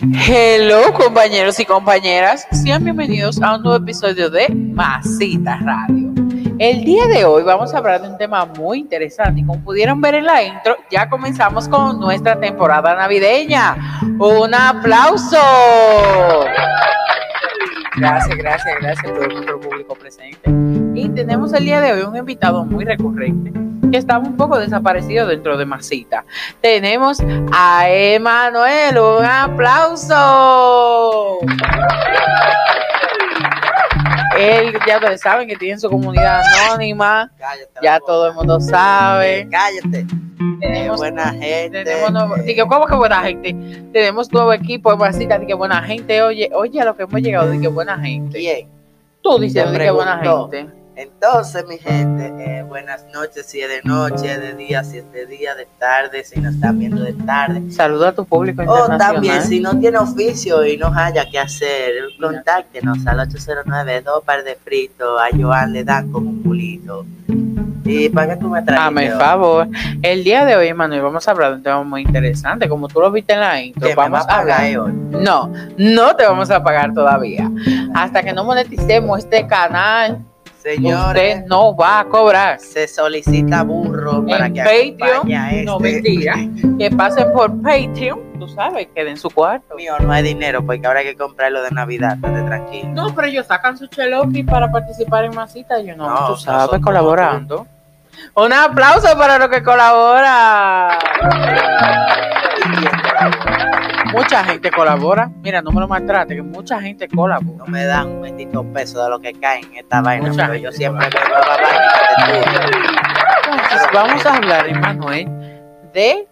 Hello compañeros y compañeras, sean bienvenidos a un nuevo episodio de Masita Radio. El día de hoy vamos a hablar de un tema muy interesante y como pudieron ver en la intro, ya comenzamos con nuestra temporada navideña. Un aplauso. Gracias, gracias, gracias a todo nuestro público presente. Y tenemos el día de hoy un invitado muy recurrente que estaba un poco desaparecido dentro de Masita. Tenemos a Emanuel. Un aplauso. Él ya ustedes saben que tiene su comunidad anónima. Cállate. Ya loco. todo el mundo sabe. Cállate. Eh, Tenemos- buena gente. Tenemos nuevo, eh, dije, ¿cómo que buena gente? Tenemos nuevo equipo de Masita, de que buena gente, oye, oye a lo que hemos llegado, de que buena gente. bien. Tú dices Te que buena pregunto. gente. Entonces, mi gente, eh, buenas noches, si es de noche, de día, si es de día, de tarde, si nos están viendo de tarde. Saluda a tu público O internacional. también, si no tiene oficio y no haya que hacer, contáctenos al 809 2 par de frito, a Joan le dan como un culito. ¿Y para qué tú me traes? Hazme el favor. El día de hoy, Manuel, vamos a hablar de un tema muy interesante. Como tú lo viste en la intro, Que vamos vamos a hablar. hoy. No, no te vamos a pagar todavía. Hasta que no moneticemos este canal, Señores, usted no va a cobrar. se solicita burro para que Patreon, acompañe a este. No, mentira. Que pasen por Patreon, tú sabes, que den su cuarto. mío no hay dinero porque ahora hay que comprarlo de Navidad, estate tranquilo. No, pero ellos sacan su cheloqui para participar en masita. Yo no, No, tú sabes, nosotros colaborando. Un aplauso para los que colabora. Mucha gente colabora. Mira, no me lo maltrate, que mucha gente colabora. No me dan un bendito peso de lo que cae en esta vaina, Mucha pero yo gente siempre veo la vaina de Entonces, vamos a hablar, Emanuel, de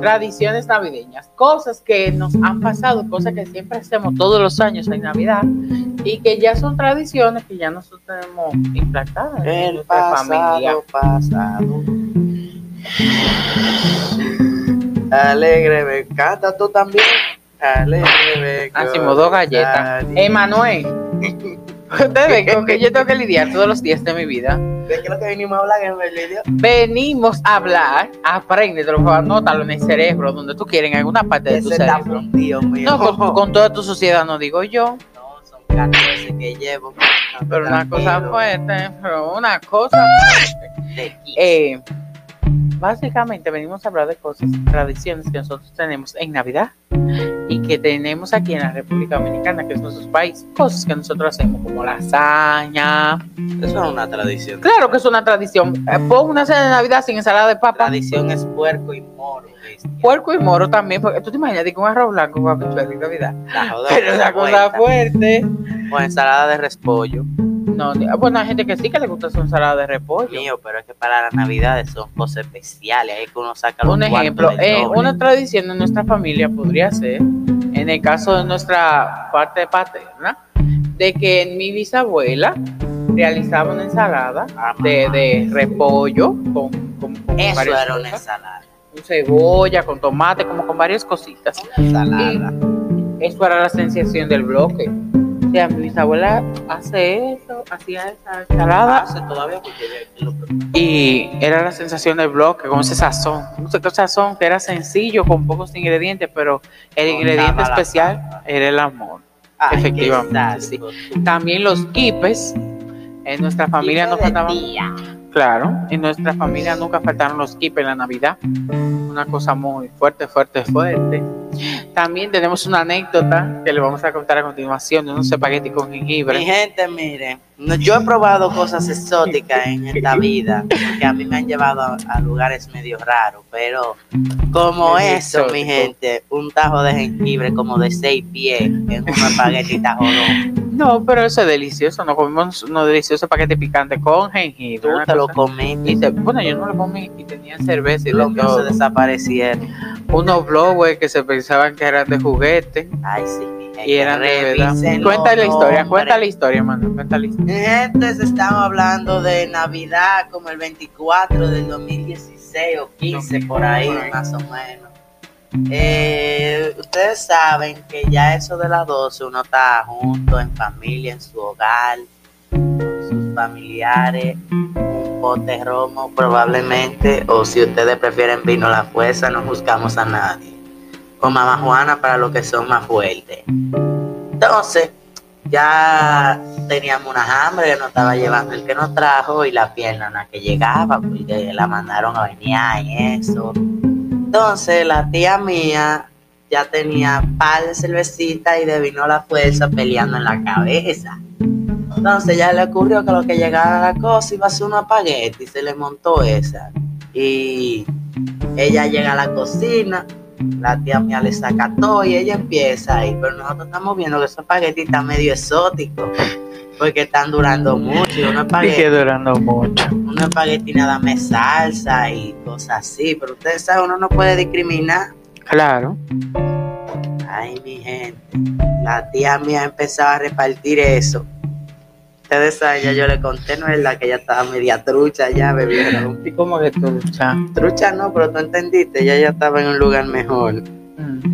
tradiciones navideñas, cosas que nos han pasado, cosas que siempre hacemos todos los años en Navidad y que ya son tradiciones que ya nosotros tenemos implantadas tú. en El nuestra familia. pasado, pasado. Alegre, me canta tú también. Alegre, me Hacemos dos galletas. Emanuel, ustedes ven con que yo tengo que lidiar todos los días de mi vida. ¿De qué es lo que vinimos a hablar en el video? Venimos a hablar, aprende, anótalo en el cerebro, donde tú quieres, en alguna parte de tu Ese está cerebro. fundido, mío. No, con, con toda tu sociedad, no digo yo. No, son 14 que llevo. Pero una cosa Tranquilo. fuerte, pero una cosa. Te quito. Eh, básicamente venimos a hablar de cosas, tradiciones que nosotros tenemos en Navidad y que tenemos aquí en la República Dominicana, que es nuestro país, cosas que nosotros hacemos como lasaña. Eso es una tradición. Claro que es una tradición. Eh, Pon una cena de Navidad sin ensalada de papa, Tradición es puerco y moro. bestia. puerco y moro también, porque tú te imaginas de que un arroz blanco con habichuela en Navidad. La joda Pero una cosa cuenta. fuerte. O ensalada de respollo. No, ni- bueno, hay gente que sí que le gusta su ensalada de repollo. Mío, pero es que para las navidades son cosas especiales. Ahí es que uno saca los Un cuartos ejemplo, del eh, doble. una tradición de nuestra familia podría ser, en el caso de nuestra parte paterna, de que mi bisabuela realizaba una ensalada Ah, de, mamá. de repollo con, con- con Eso varias era una cosas, ensalada. con cebolla, con tomate, como con varias cositas. Ensalada. Eso era la sensación del bloque. O sea, mi bisabuela hace eso, hacía esa ensalada Hace todavía porque yo aquí lo preparo. y era la sensación del bloque con ese sazón. Un sector sazón que era sencillo, con pocos ingredientes, pero el Con ingrediente nada la especial tapa. era el amor. Ay, Efectivamente, qué sí. salvo tú. También los quipes. En nuestra familia Hijo no de faltaban. tía. Claro, en nuestra familia nunca faltaron los quipes en la Navidad. Una cosa muy fuerte, fuerte, fuerte. También tenemos una anécdota que le vamos a contar a continuación de unos espaguetis con Mi jengibre. gente, miren, no- yo he probado cosas exóticas en esta vida que a mí me han llevado a, a lugares medio raros, pero como Medio eso, mi exótico. gente, un tajo de jengibre como de seis pies en un espagueti tajodón, No, pero eso es delicioso. Nos comimos unos deliciosos paquetes picantes con jengibre. tú una te lo cosa- comiste, Y se- bueno, yo no lo comí y tenían cerveza y de los míos todo. se desaparecieron. Unos blowers que se pensaban que eran de juguete Ay, sí, mi gente. y eran de verdad. revisen los Cuenta la historia, nombres. cuenta la historia, mano, cuenta la historia. Mi gente, se estamos hablando de Navidad como el 24 del 2016 o 15 por ahí, Por ahí. más o menos. Eh, ustedes saben que ya eso de las 12 uno está junto, en familia, en su hogar, con sus familiares, un pote romo probablemente, o si ustedes prefieren vino a la fuerza, no juzgamos a nadie. o mamá Juana para los que son más fuertes. Entonces, ya teníamos una hambre que nos estaba llevando el que nos trajo y la pierna en la que llegaba, porque la mandaron a bañar y eso. Entonces, la tía mía ya tenía par de cervecita y de vino la fuerza peleando en la cabeza. Entonces ya le ocurrió que lo que llegara a la cosa iba a ser una pagueta y se le montó esa. Y ella llega a la cocina, la tía mía le saca todo y ella empieza ahí. Pero nosotros estamos viendo que esos espaguetis están medio exóticos porque están durando mucho. y Unos Dije espaguetis, durando mucho. unos espaguetis nada más salsa y cosas así. Pero ustedes saben, uno no puede discriminar. Claro. Ay, mi gente, la tía mía empezaba a repartir eso. Ustedes saben, ya yo le conté, ¿no es verdad? Que ya estaba media trucha ya, bebieron. ¿Y cómo que tú luchas? Trucha no, pero tú entendiste, ya ya estaba en un lugar mejor. Mm.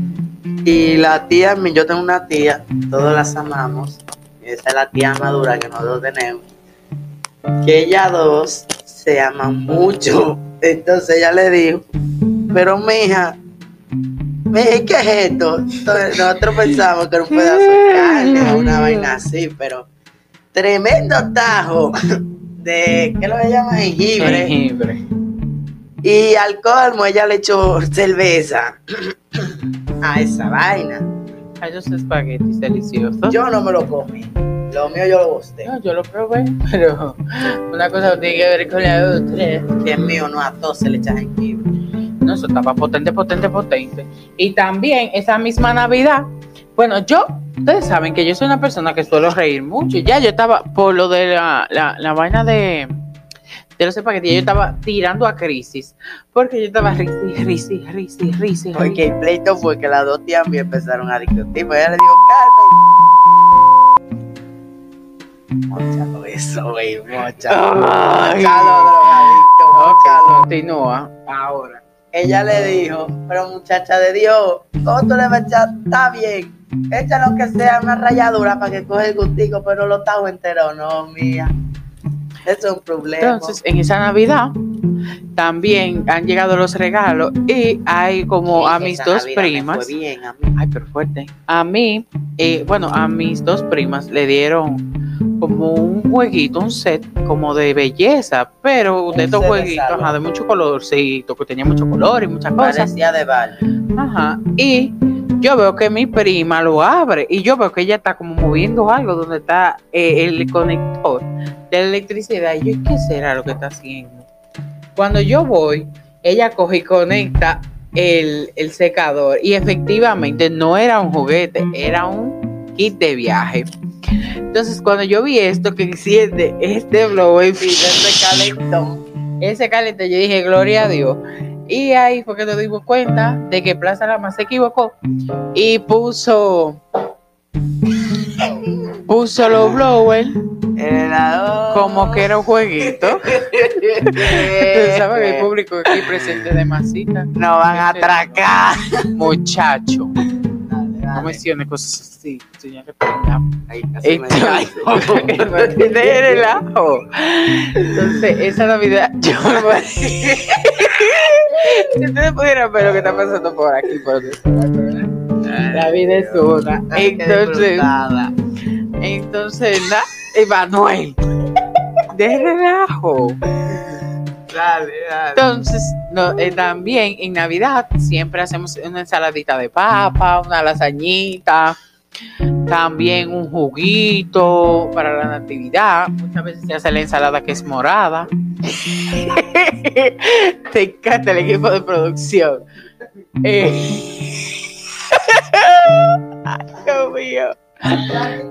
Y la tía, mi- yo tengo una tía, todos las amamos. Esa es la tía madura que nosotros tenemos. Que ellas dos se aman mucho. Entonces ella le dijo, pero mija, mija, ¿qué es esto? Entonces, nosotros pensamos que era un pedazo de carne o una vaina así, pero tremendo tajo de, ¿qué lo llama? Jengibre. Jengibre. Y al colmo ella le echó cerveza a esa vaina. Hay unos espaguetis deliciosos. Yo no me lo comí. Lo mío yo lo gusté. No, yo lo probé, pero una cosa no tiene que ver con la otra. Que es mío, no a todos se le echa jengibre. No, eso estaba potente, potente, potente. Y también esa misma Navidad, bueno, yo, ustedes saben que yo soy una persona que suelo reír mucho. Ya yo estaba, por lo de la, la, la vaina de, de los espaguetis, yo estaba tirando a crisis. Porque yo estaba risi, risi, risi, risi. Porque el pleito fue que las dos tías mías empezaron a discutir. Pues ella le dijo, Carmen. Móchalo eso, güey, móchalo. Ay. Móchalo, drogadicto, móchalo. Ok, continúa. Ahora, ella le dijo, pero muchacha de Dios, ¿cómo tú le vas a echar? Está bien, echa lo que sea, una rayadura para que coge el gustico, pero lo tajo entero, no, mía. Eso es un problema. Entonces, en esa Navidad también han llegado los regalos y hay como a Esa mis dos Navidad me primas. fue bien, a mí. Ay, pero fuerte. A mí, eh, bueno, a mis dos primas le dieron como un jueguito, un set como de belleza, pero de Un estos set de jueguitos, salón. ajá, de mucho colorcito, que tenía mucho color y muchas cosas. Parecía de Barbie. Ajá. Y yo veo que mi prima lo abre y yo veo que ella está como moviendo algo donde está eh, el conector de la electricidad. Y yo, ¿qué será lo que está haciendo? Cuando yo voy, ella coge y conecta el, el secador. Y efectivamente no era un juguete, era un kit de viaje. Entonces, cuando yo vi esto que enciende este blower, Y ese calentón. ese caliente, yo dije, gloria a Dios. Y ahí fue que nos dimos cuenta de que Plaza Lama se equivocó y puso puso los blowers Era- como que era un jueguito. Ustedes saben que el público aquí presente de masita, Nos van a atracar. muchacho. Dale, No dale. mencione cosas así, señor que tenga. Ay, casi me caigo. Entonces, de relajo. Entonces, esa Navidad yo me voy. Si ustedes pudieran ver lo que está pasando por aquí, por donde se va, ¿verdad? La vida es una. Ay, qué Entonces, disfrutada. entonces, na- Emanuel, de relajo. Dale, dale. Entonces, no, eh, también en Navidad siempre hacemos una ensaladita de papa, una lasañita, también un juguito para la natividad. Muchas veces se hace la ensalada que es morada. Te encanta el equipo de producción. Eh. Ay, Dios mío.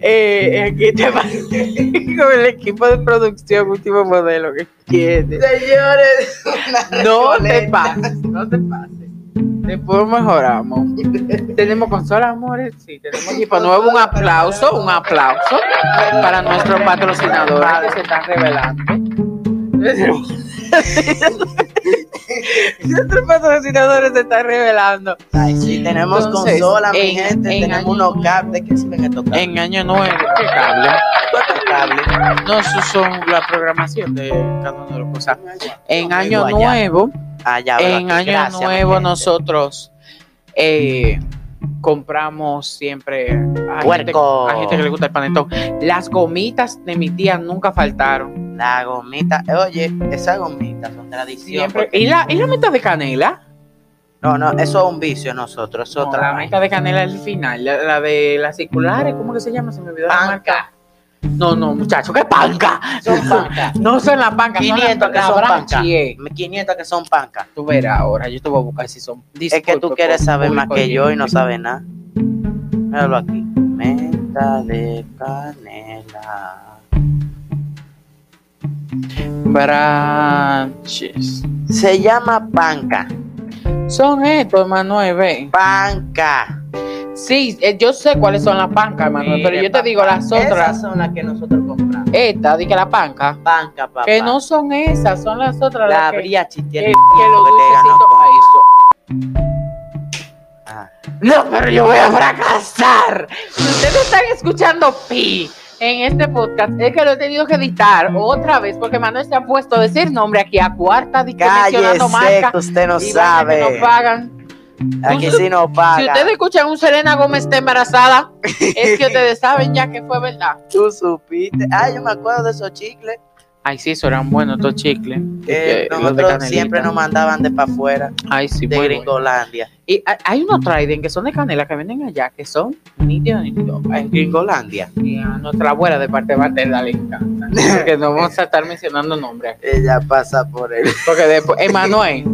Eh, aquí te va con el equipo de producción último modelo que tiene. Señores, una No te recoleta. pases, no te pases. Después mejoramos. Tenemos consola, amores. Sí, tenemos equipo nuevo. Un aplauso, un aplauso para nuestros patrocinadores que se están revelando. Nuestros patrocinadores se están revelando. Ay, sí, tenemos Entonces, consola, mi en- gente. en tenemos año- unos cables que sirven estos cables. En año nuevo, ¿qué cable? Estos cables. No, eso son la programación de cada uno de los cosas. En Son año muy guayas. nuevo Ah, ya veo En aquí. Año Gracias, Nuevo mi gente. nosotros eh, compramos siempre a gente, Puerco. a gente que le gusta el panetón. Las gomitas de mi tía nunca faltaron. La gomita. eh, Oye, esas gomitas son tradición. Siempre. porque- ¿Y la, y la mitad de canela? No, no, eso es un vicio nosotros. Eso es No, otra la vaina. mitad de canela es el final. La, la de las circulares, ¿cómo que se llama? Se me olvidó la Panca. marca. No, no, muchacho, ¿qué panca? Son pancas. No son las pancas, son las 500 que la son branchi, pancas. eh. 500 que son pancas. Tú verás ahora, yo te voy a buscar si son. Es que tú Disculpe, quieres por- saber más disculpe. que yo y no sabes nada. Míralo aquí. Menta de canela. Branches. Se llama panca. Son estos, Emanuel, ve. Panca. Sí, eh, yo sé cuáles son las pancas, Emanuel, pero Mire, yo te papá, digo las Esas otras. son las que nosotros compramos. Esta, di que la panca. Panca, papá. Que no son esas, son las otras. La las que, briachi que, tiene que que lo le ganó dulcecito a con- eso. Ah. No, pero yo voy a fracasar. Si ustedes están escuchando Pi en este podcast, es que lo he tenido que editar otra vez porque Manuel se ha puesto a decir nombre aquí a cuarta, di que mencionando Cállese, marca. que usted y vaina no que sabe. no pagan. Aquí sí no Si paga. ustedes escuchan un Selena Gómez está embarazada, es que ustedes saben ya que fue verdad. Tú supiste. Ah, yo me acuerdo de esos chicles. Ay, sí, eso eran buenos estos chicles. Eh, que Eh, nosotros siempre nos mandaban de para afuera, Ay, sí, pues, de muy bueno. Gringolandia. Y hay- hay unos Trident que son de canela que venden allá, que son nítidos, nítidos. En Gringolandia. Y a nuestra abuela de parte de Bartela le encanta. Porque no vamos a estar mencionando nombres. aquí. Ella pasa por él. Porque después, Emanuel.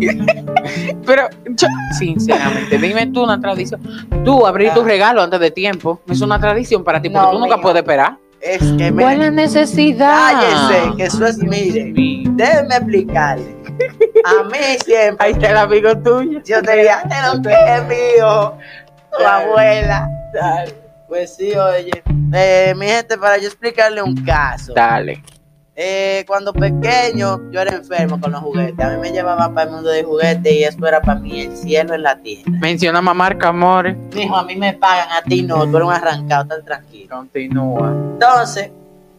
Pero, yo- sinceramente, dime tú una tradición. Tú abrir tu regalo antes de tiempo es una tradición para ti, porque Ah. No, tú nunca mía. puedes esperar. Es que me. ¿Cuál es la necesidad? Cállese, que eso es mire. Déjeme explicarle. A mí siempre. Ahí está el amigo tuyo. Yo tenía el que es mío. Tu abuela. Dale. Pues sí, oye. Eh, mi gente, para yo explicarle un caso. Dale. Eh, cuando pequeño yo era enfermo con los juguetes. A mí me llevaban para el mundo de juguetes y eso era para mí el cielo en la tienda. Menciona mamar Camore. Mijo, a mí me pagan, a ti no, tú eres un arrancado, tan tranquilo. Continúa. Entonces,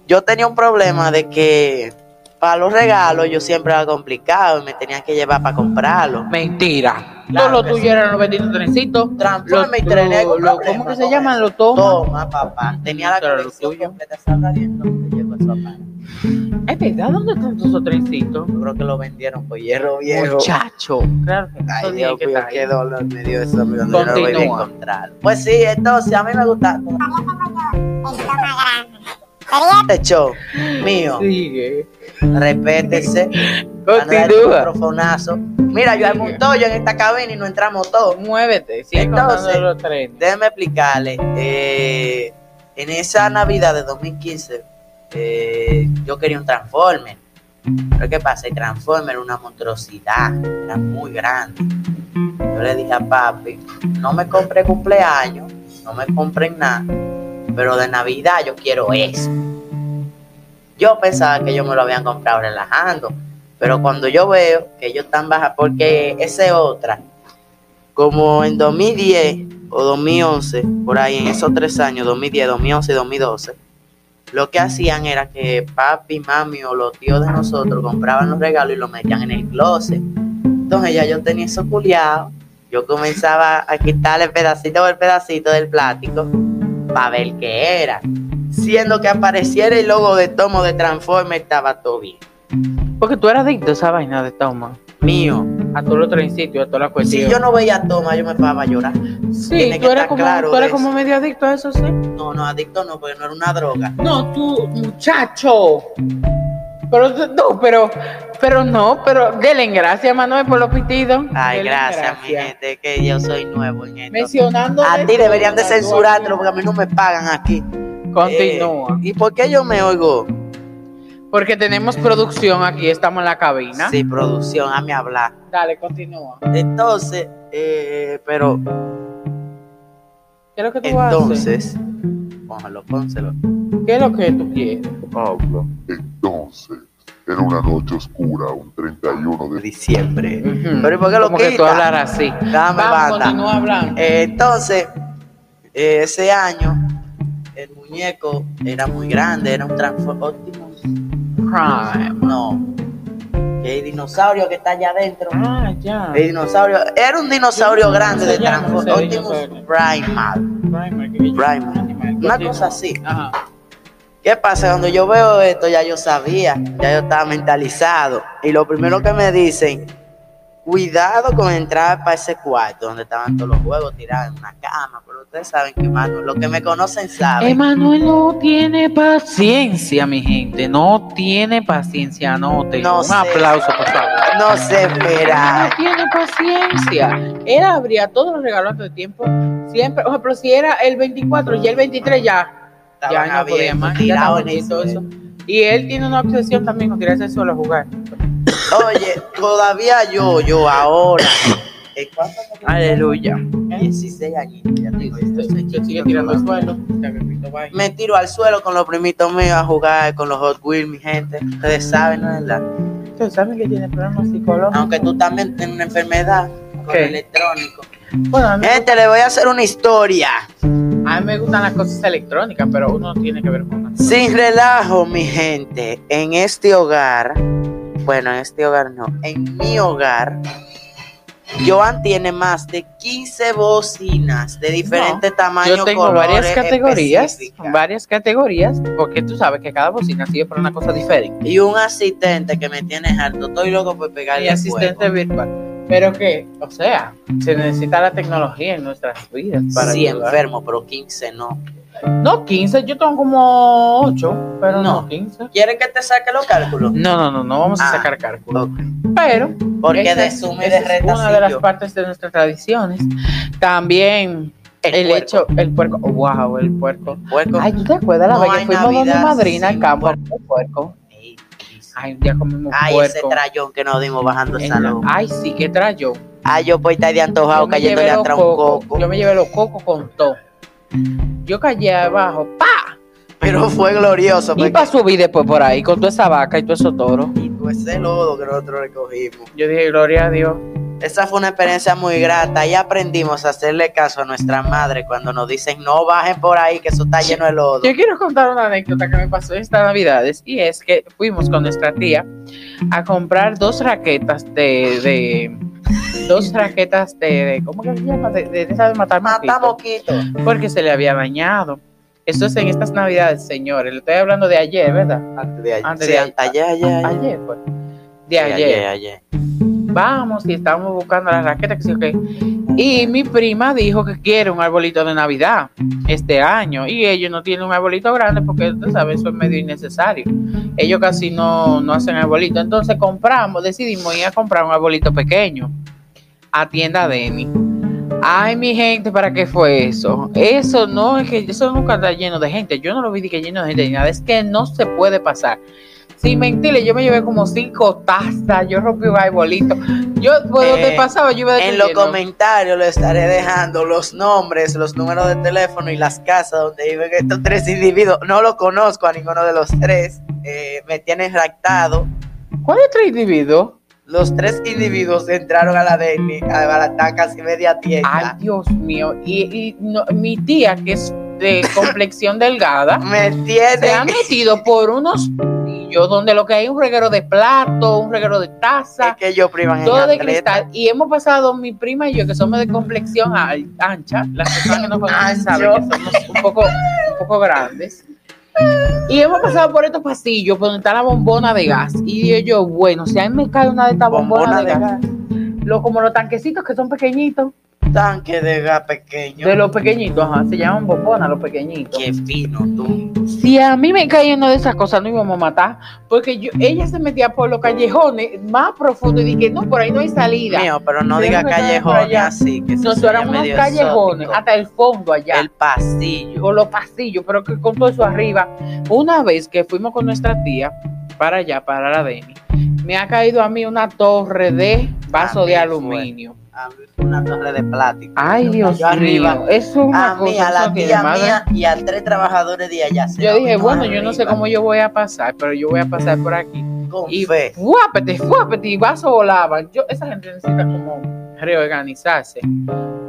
yo tenía un problema de que para los regalos yo siempre era complicado y me tenían que llevar para comprarlos. Mentira. Claro Todo que lo tuyo sí. eran los benditos trenecitos. Transforma Los- y trené lo- con lo- problema, ¿Cómo que se con llaman? eso. Los tomas. Toma, papá. Tenía la Pero lo colección tuyo. completa, ¿sabes? Entonces llegó eso papá. Es verdad, ¿dónde están esos trencitos? Yo creo que lo vendieron por hierro viejo. Muchacho. Claro que Ay, eso tiene Dios que mío, estar ahí. qué dolor me dio eso, amigo. Yo no lo voy a Continúa. encontrar. Pues sí, entonces a mí me gusta. Este show mío, Sigue. respétese. van a dar un Continúa. microfonazo. Mira, yo hay un toyo en esta cabina y no entramos todos. Muévete. Sigue Entonces, contando los trenes. Déjenme explicarle. eh, en esa Navidad de 2015, eh, yo quería un Transformer. Pero ¿qué pasa? El Transformer era una monstruosidad. Era muy grande. Yo le dije a papi, no me compré cumpleaños, no me compré nada. Pero de Navidad yo quiero eso. Yo pensaba que ellos me lo habían comprado relajando. Pero cuando yo veo que ellos están bajas, porque esa es otra como en 2010 o 2011, por ahí en esos tres años, 2010, 2011 y 2012, lo que hacían era que papi, mami o los tíos de nosotros compraban los regalos y los metían en el closet. Entonces ya yo tenía eso culiado. Yo comenzaba a quitarle pedacito por pedacito del plástico para ver qué era. Siendo que apareciera el logo de tomo de Transformer, estaba todo bien. Porque tú eras adicto a esa vaina de Toma. Mío. A todos los trencitos, a todas las Si cuestiones. yo no veía toma, yo me paraba a llorar. Sí, Tiene que tú eres estar como, claro tú eres de eso. como medio adicto a eso, sí. No, no, adicto no, porque no era una droga. No, tú, muchacho. Pero no, pero, pero no, pero denle gracias, Manuel, por los pitidos. Ay, Denle gracias, mi gente, que yo soy nuevo en esto. Mencionando. A ti todo, deberían de Manuel. censurarlo porque a mí no me pagan aquí. Continúa. Eh, ¿Y por qué yo me oigo? Porque tenemos producción aquí, estamos en la cabina. Sí, producción, a mi hablar. Dale, continúa. Entonces, eh, pero ¿Qué es lo que tú haces? entonces, póngalo, pónselo. ¿Qué es lo que tú quieres? habla. Entonces, en una noche oscura, un 31 de Diciembre. Ujú. Pero ¿y por qué lo Como que tú quita? hablar así. Dame Vamos, banda. continúa hablando. Eh, entonces, eh, ese año, el muñeco era muy grande, era un Transform Optimus. Crime. No. El dinosaurio que está allá adentro. Ah, ya. El dinosaurio. Era un dinosaurio ¿Cómo grande se de llama ese Transformers. Optimus dinosaurio? Primal. Primer, que- Primal. Animal, Una continúa. cosa así. Ajá. ¿Qué pasa? Cuando yo veo esto, ya yo sabía, ya yo estaba mentalizado. Y lo primero que me dicen, cuidado con entrar para ese cuarto donde estaban todos los juegos tirados en una cama. Pero ustedes saben que, mano, los que me conocen saben. Emanuel no tiene paciencia, mi gente. No tiene paciencia, no te. No Un sé. aplauso, por favor. No se No espera. tiene paciencia. Él abría todos los regalos antes de tiempo. Siempre, por ejemplo, si era el 24, ya el 23 ya. Estaban ya no podía abiertos, más. ya estaba tirados en listo ese- eso. Y él tiene una obsesión también con tirarse al suelo a jugar. Oye, todavía yo, yo ahora. ¿eh, ¿Cuánto Eh, tengo? Aleluya. 16 añitos, ya tengo, ya soy Yo sigue chiquito, tirando al mamá. suelo. Ya, Pepito, bye. Me tiro al suelo con los primitos míos a jugar con los Hot Wheels, mi gente. Ustedes saben, ¿no es verdad? Ustedes saben que tiene problemas psicológicos. aunque tú también tienes una enfermedad con ¿Qué? el electrónico. Bueno, a mí, Gente, le voy a hacer una historia. a mí me gustan las cosas electrónicas, pero uno no tiene que ver con nada. Sin relajo, mi gente. En este hogar, bueno, en este hogar no, en mi hogar, Joan tiene más de 15 bocinas de diferentes tamaños. Yo tengo colores, varias categorías, específicas. varias categorías, porque tú sabes que cada bocina sirve para una cosa diferente. Y un asistente que me tiene harto. Estoy loco por pegarle y asistente virtual. Pero que, o sea, se necesita la tecnología en nuestras vidas para Para sí, ayudar. enfermo, pero 15 no. No 15, yo tengo como 8, pero no, 15. ¿Quieren que te saque los cálculos? No, no, no, no vamos a Ah, sacar cálculo. Ok. Pero Porque esa de es- suma y esa de es resta una sí de las yo. partes de nuestras tradiciones. También el, puerco. hecho, el puerco, wow, el puerco. Puerco. Ay, ¿tú te acuerdas la No vez que hay fuimos donde Navidad madrina al sin campo? a comer Puerco. Ey, Cristo. Ay, un día comimos Ay, ese puerco. trayón que nos dimos bajando En el la- salón. Ay, sí, qué trayo. Ay, Ah, yo por estar de Yo antojado me llevé cayéndole los atrás un cocos, coco. Yo me llevé los cocos con todo. Yo callé abajo, ¡pa! Pero fue glorioso. Y Porque... para subir después por ahí con toda esa vaca y todo esos toros. Y todo ese lodo que nosotros recogimos. Yo dije, gloria a Dios. Esa fue una experiencia muy grata y aprendimos a hacerle caso a nuestra madre cuando nos dicen no bajen por ahí que eso está lleno de lodo. Yo quiero contar una anécdota que me pasó estas navidades y es que fuimos con nuestra tía a comprar dos raquetas de... de- dos raquetas de, de- ¿Cómo que se llama? De, de, de esa de matar Mata mosquitos. moquito. Porque se le había dañado. Eso es en estas navidades, señores. Le estoy hablando de ayer, ¿verdad? Antes de ayer. Antes Sí, de ayer, ayer, ayer. Ayer, pues. Sí, De ayer. ayer, ayer. vamos y estábamos buscando la raqueta que sí, que y mi prima dijo que quiere un arbolito de Navidad este año y ellos no tienen un arbolito grande porque tú sabes eso es medio innecesario ellos casi no, no hacen arbolito entonces compramos decidimos ir a comprar un arbolito pequeño a tienda Denny ay mi gente para qué fue eso eso no es que eso nunca está lleno de gente yo no lo vi de que lleno de gente ni nada es que no se puede pasar sin mentirle, yo me llevé como cinco tazas, yo rompí un arbolito. Yo, pues, donde Eh, pasaba, yo iba En los destruyendo. comentarios le estaré dejando los nombres, los números de teléfono y las casas donde viven estos tres individuos. No lo conozco a ninguno de los tres. eh, me tienen raptado. ¿Cuál otro individuo? Los tres individuos entraron a la Denny, a la tan casi media Ay, tienda. Dios mío. Y, y no- mi tía, que es de complexión delgada, Me se ha tienen. metido por unos yo donde lo que hay es un reguero de plato, un reguero de Es taza, que yo privan en todo de atleta. cristal. Y hemos pasado, mi prima y yo, que somos de complexión al- ancha, las personas que nos conocen Ancho. saben que somos un poco, un poco grandes. Y hemos pasado por estos pasillos, por donde está la bombona de gas. Y digo yo, bueno, si a mí me cae una de estas bombonas Bombona de, de gas, lo- como los tanquecitos que son pequeñitos, Tanque de gas pequeño. de los pequeñitos, ajá, se llaman bombonas los pequeñitos. Qué fino tú. Si a mí me caía una de esas cosas, no íbamos a matar, porque yo, ella se metía por los callejones más profundos y dije, no, por ahí no hay salida. Mío, pero no Tenemos diga que estar por callejones allá. así. Que eso Nosotros sería éramos unos medio callejones Ah, exótico. hasta el fondo allá, El pasillo. por los pasillos, pero que con todo eso arriba. Una vez que fuimos con nuestra tía para allá, para la Deni, me ha caído a mí una torre de vaso A de mí aluminio. A mí fue una torre de plástico. Ay, Yo Dios cayó arriba. mío, eso es Ah, una a cosa mí, a eso la no tiene tía madre. mía y a tres trabajadores de allá. se Yo la dije, vino bueno, yo no sé arriba cómo yo voy a pasar, pero yo voy a pasar por aquí. Con Y fe. fuápete, fuápete, y vaso volaban. Yo, esa gente necesita como reorganizarse.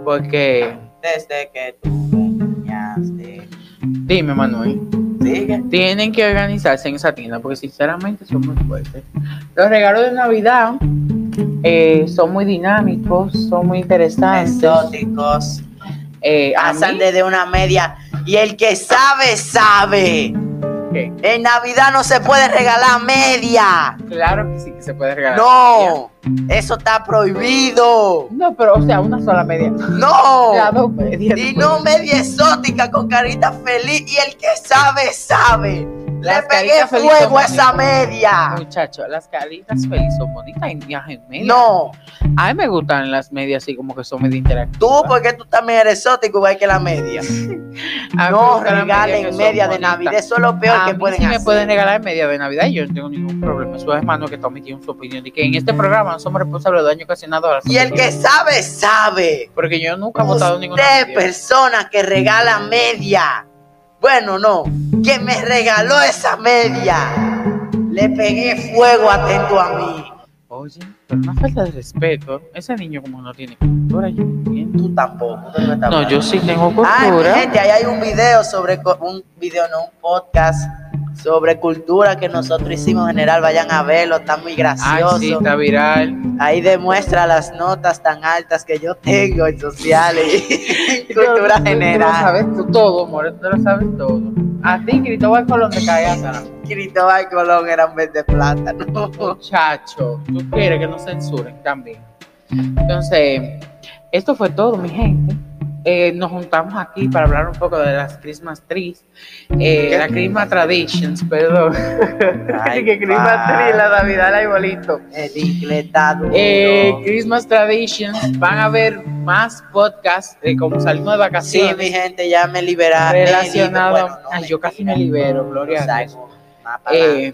Porque, Desde que tú me enseñaste. dime, Manuel. sigue. Tienen que organizarse en esa tienda porque sinceramente son muy fuertes. Los regalos de Navidad eh, son muy dinámicos, son muy interesantes. Exóticos. Eh, a Pasan mí- desde una media. Y el que sabe, sabe. ¿Qué? En Navidad no se puede regalar media. Claro que sí que se puede regalar. No. Eso está prohibido. No, pero o sea, una sola media. No. Las dos medias. Y no media exótica con carita feliz. Y el que sabe, sabe. Le Las pegué caritas felices fuego a son esa bonitas. media. Muchacho, las caritas felices son bonitas en viaje en media. No. A mí me gustan las medias así como que son medio interactivas. Tú, porque tú también eres exótico igual que la media. A mí me No gustan las medias Ah, que regalen son media de bonitas. Navidad. Eso es lo peor a que mí pueden sí me hacer. pueden regalar media de Navidad y yo no tengo ningún problema. Su hermano que está omitiendo su opinión y que en este programa no somos responsables de daño ocasionado a las Y el que personas. sabe, sabe. Porque yo nunca he votado ninguna Usted, pues. media. persona que regala media. Bueno, no. Que me regaló esa media. Le pegué fuego atento a mí. Oye, pero una falta de respeto. Ese niño como no tiene cultura, yo no entiendo. Tú tampoco. tú debes No, hablar. yo sí tengo Ay, mi cultura. gente, ahí hay un video sobre co- un video, no un podcast sobre cultura que nosotros hicimos general. Vayan a verlo, está muy Ay, gracioso. sí, está viral. Ahí demuestra las notas tan altas que yo tengo en sociales y en cultura Tú- tú- general. Tú lo sabes tú todo, More, tú lo sabes todo. A ti, Cristóbal Colón te cae hasta Cristóbal Colón era un verde plátano. Muchacho, tú quieres que nos censuren también. Entonces, esto fue todo, mi gente. Eh, nos juntamos aquí para hablar un poco de las Christmas Trees, eh, ¿Qué? la Christmas Traditions, perdón. Ay, que Christmas padre. Tree, la Navidad, el arbolito. El inglés está duro. Eh, Christmas Traditions, van a haber más podcasts, eh, como salimos de sí, vacaciones. mi gente, ya me liberaron. relacionado. Ay, yo casi me libero, gloria a Dios. Eh,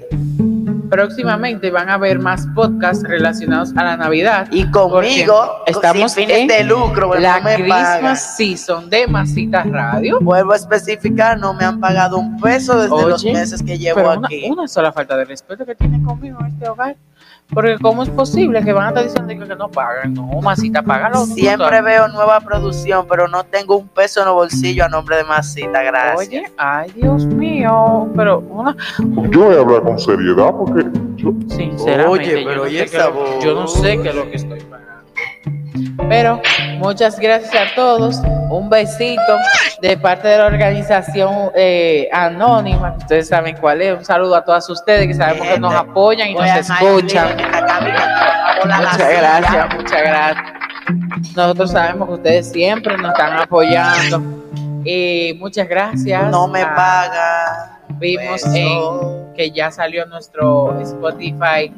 próximamente van a haber más podcasts relacionados a la Navidad. y conmigo, porque estamos sin fines en de lucro, porque La no me pagan. Christmas Season de Masita Radio. Vuelvo a especificar, no me han pagado un peso desde Oye, los meses que llevo Pero una, aquí. una sola falta de respeto que tienen conmigo en este hogar. Porque cómo es posible que van a estar diciendo que- que no pagan. No, Masita, págalo. Siempre veo nueva producción, pero no tengo un peso en el bolsillo a nombre de Masita, gracias. Oye, ay Dios mío, pero una Yo voy a hablar con seriedad porque yo, ah, sinceramente Oye, yo pero no ¿y sé esa qué es lo- yo no sé qué es lo que estoy pagando. Pero muchas gracias a todos, un besito de parte de la organización eh, anónima, que ustedes saben cuál es, un saludo a todas ustedes que sabemos que nos Gente, apoyan y Voy nos a armar un lío escuchan. en esta cabina, por favor, la Muchas silla. gracias, muchas gracias. Nosotros sabemos que ustedes siempre nos están apoyando. Y muchas gracias. No me a- pagan. un Vimos peso. Ah. en que ya salió nuestro Spotify,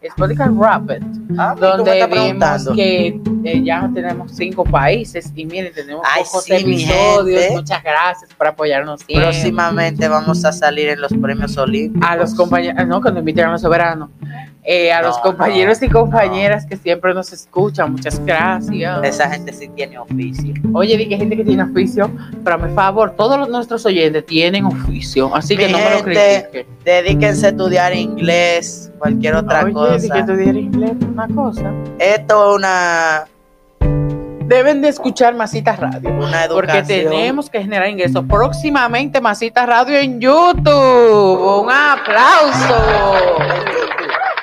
Spotify Rapid, Ah, ¿y tú me donde vimos estás preguntando? que eh, ya tenemos cinco países y miren, tenemos Ay, pocos sí, mi episodios. gente. Muchas gracias por apoyarnos siempre. Próximamente vamos a salir en los premios olímpicos. eh, A los compañeros, no, que nos invitaron a Soberano. Eh, a No, los compañeros no, y compañeras que siempre nos escuchan, muchas gracias. Esa gente sí tiene oficio. Oye, dije gente que tiene oficio, pero me favor, todos los- nuestros oyentes tienen oficio, así que Mi no me lo gente, critiquen. Dedíquense a estudiar inglés, cualquier otra Oye, dije cosa. que estudiar inglés es una cosa. Esto es una, Deben de escuchar Masitas Radio. una educación. Porque tenemos que generar ingresos. Próximamente Masitas Radio en YouTube. Un aplauso.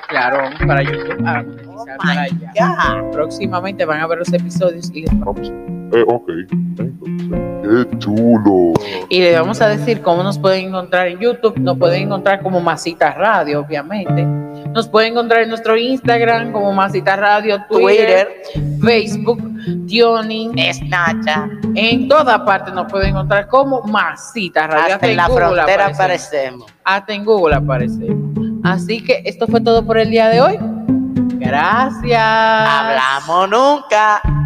Claro, vamos para YouTube a Oh monetizar para my allá. God. Próximamente van a ver los episodios y les, vamos, eh, ok, entonces, qué chulo. y les vamos a decir cómo nos pueden encontrar en YouTube. Nos pueden encontrar como Masitas Radio, obviamente. Nos pueden encontrar en nuestro Instagram como Masitas Radio, Twitter, Twitter, Facebook, Tuning, Snapchat, En toda parte nos pueden encontrar como Masita Radio. hasta en la Google frontera aparecemos. aparecemos. Hasta en Google aparecemos. Así que esto fue todo por el día de hoy. Gracias. Hablamos nunca.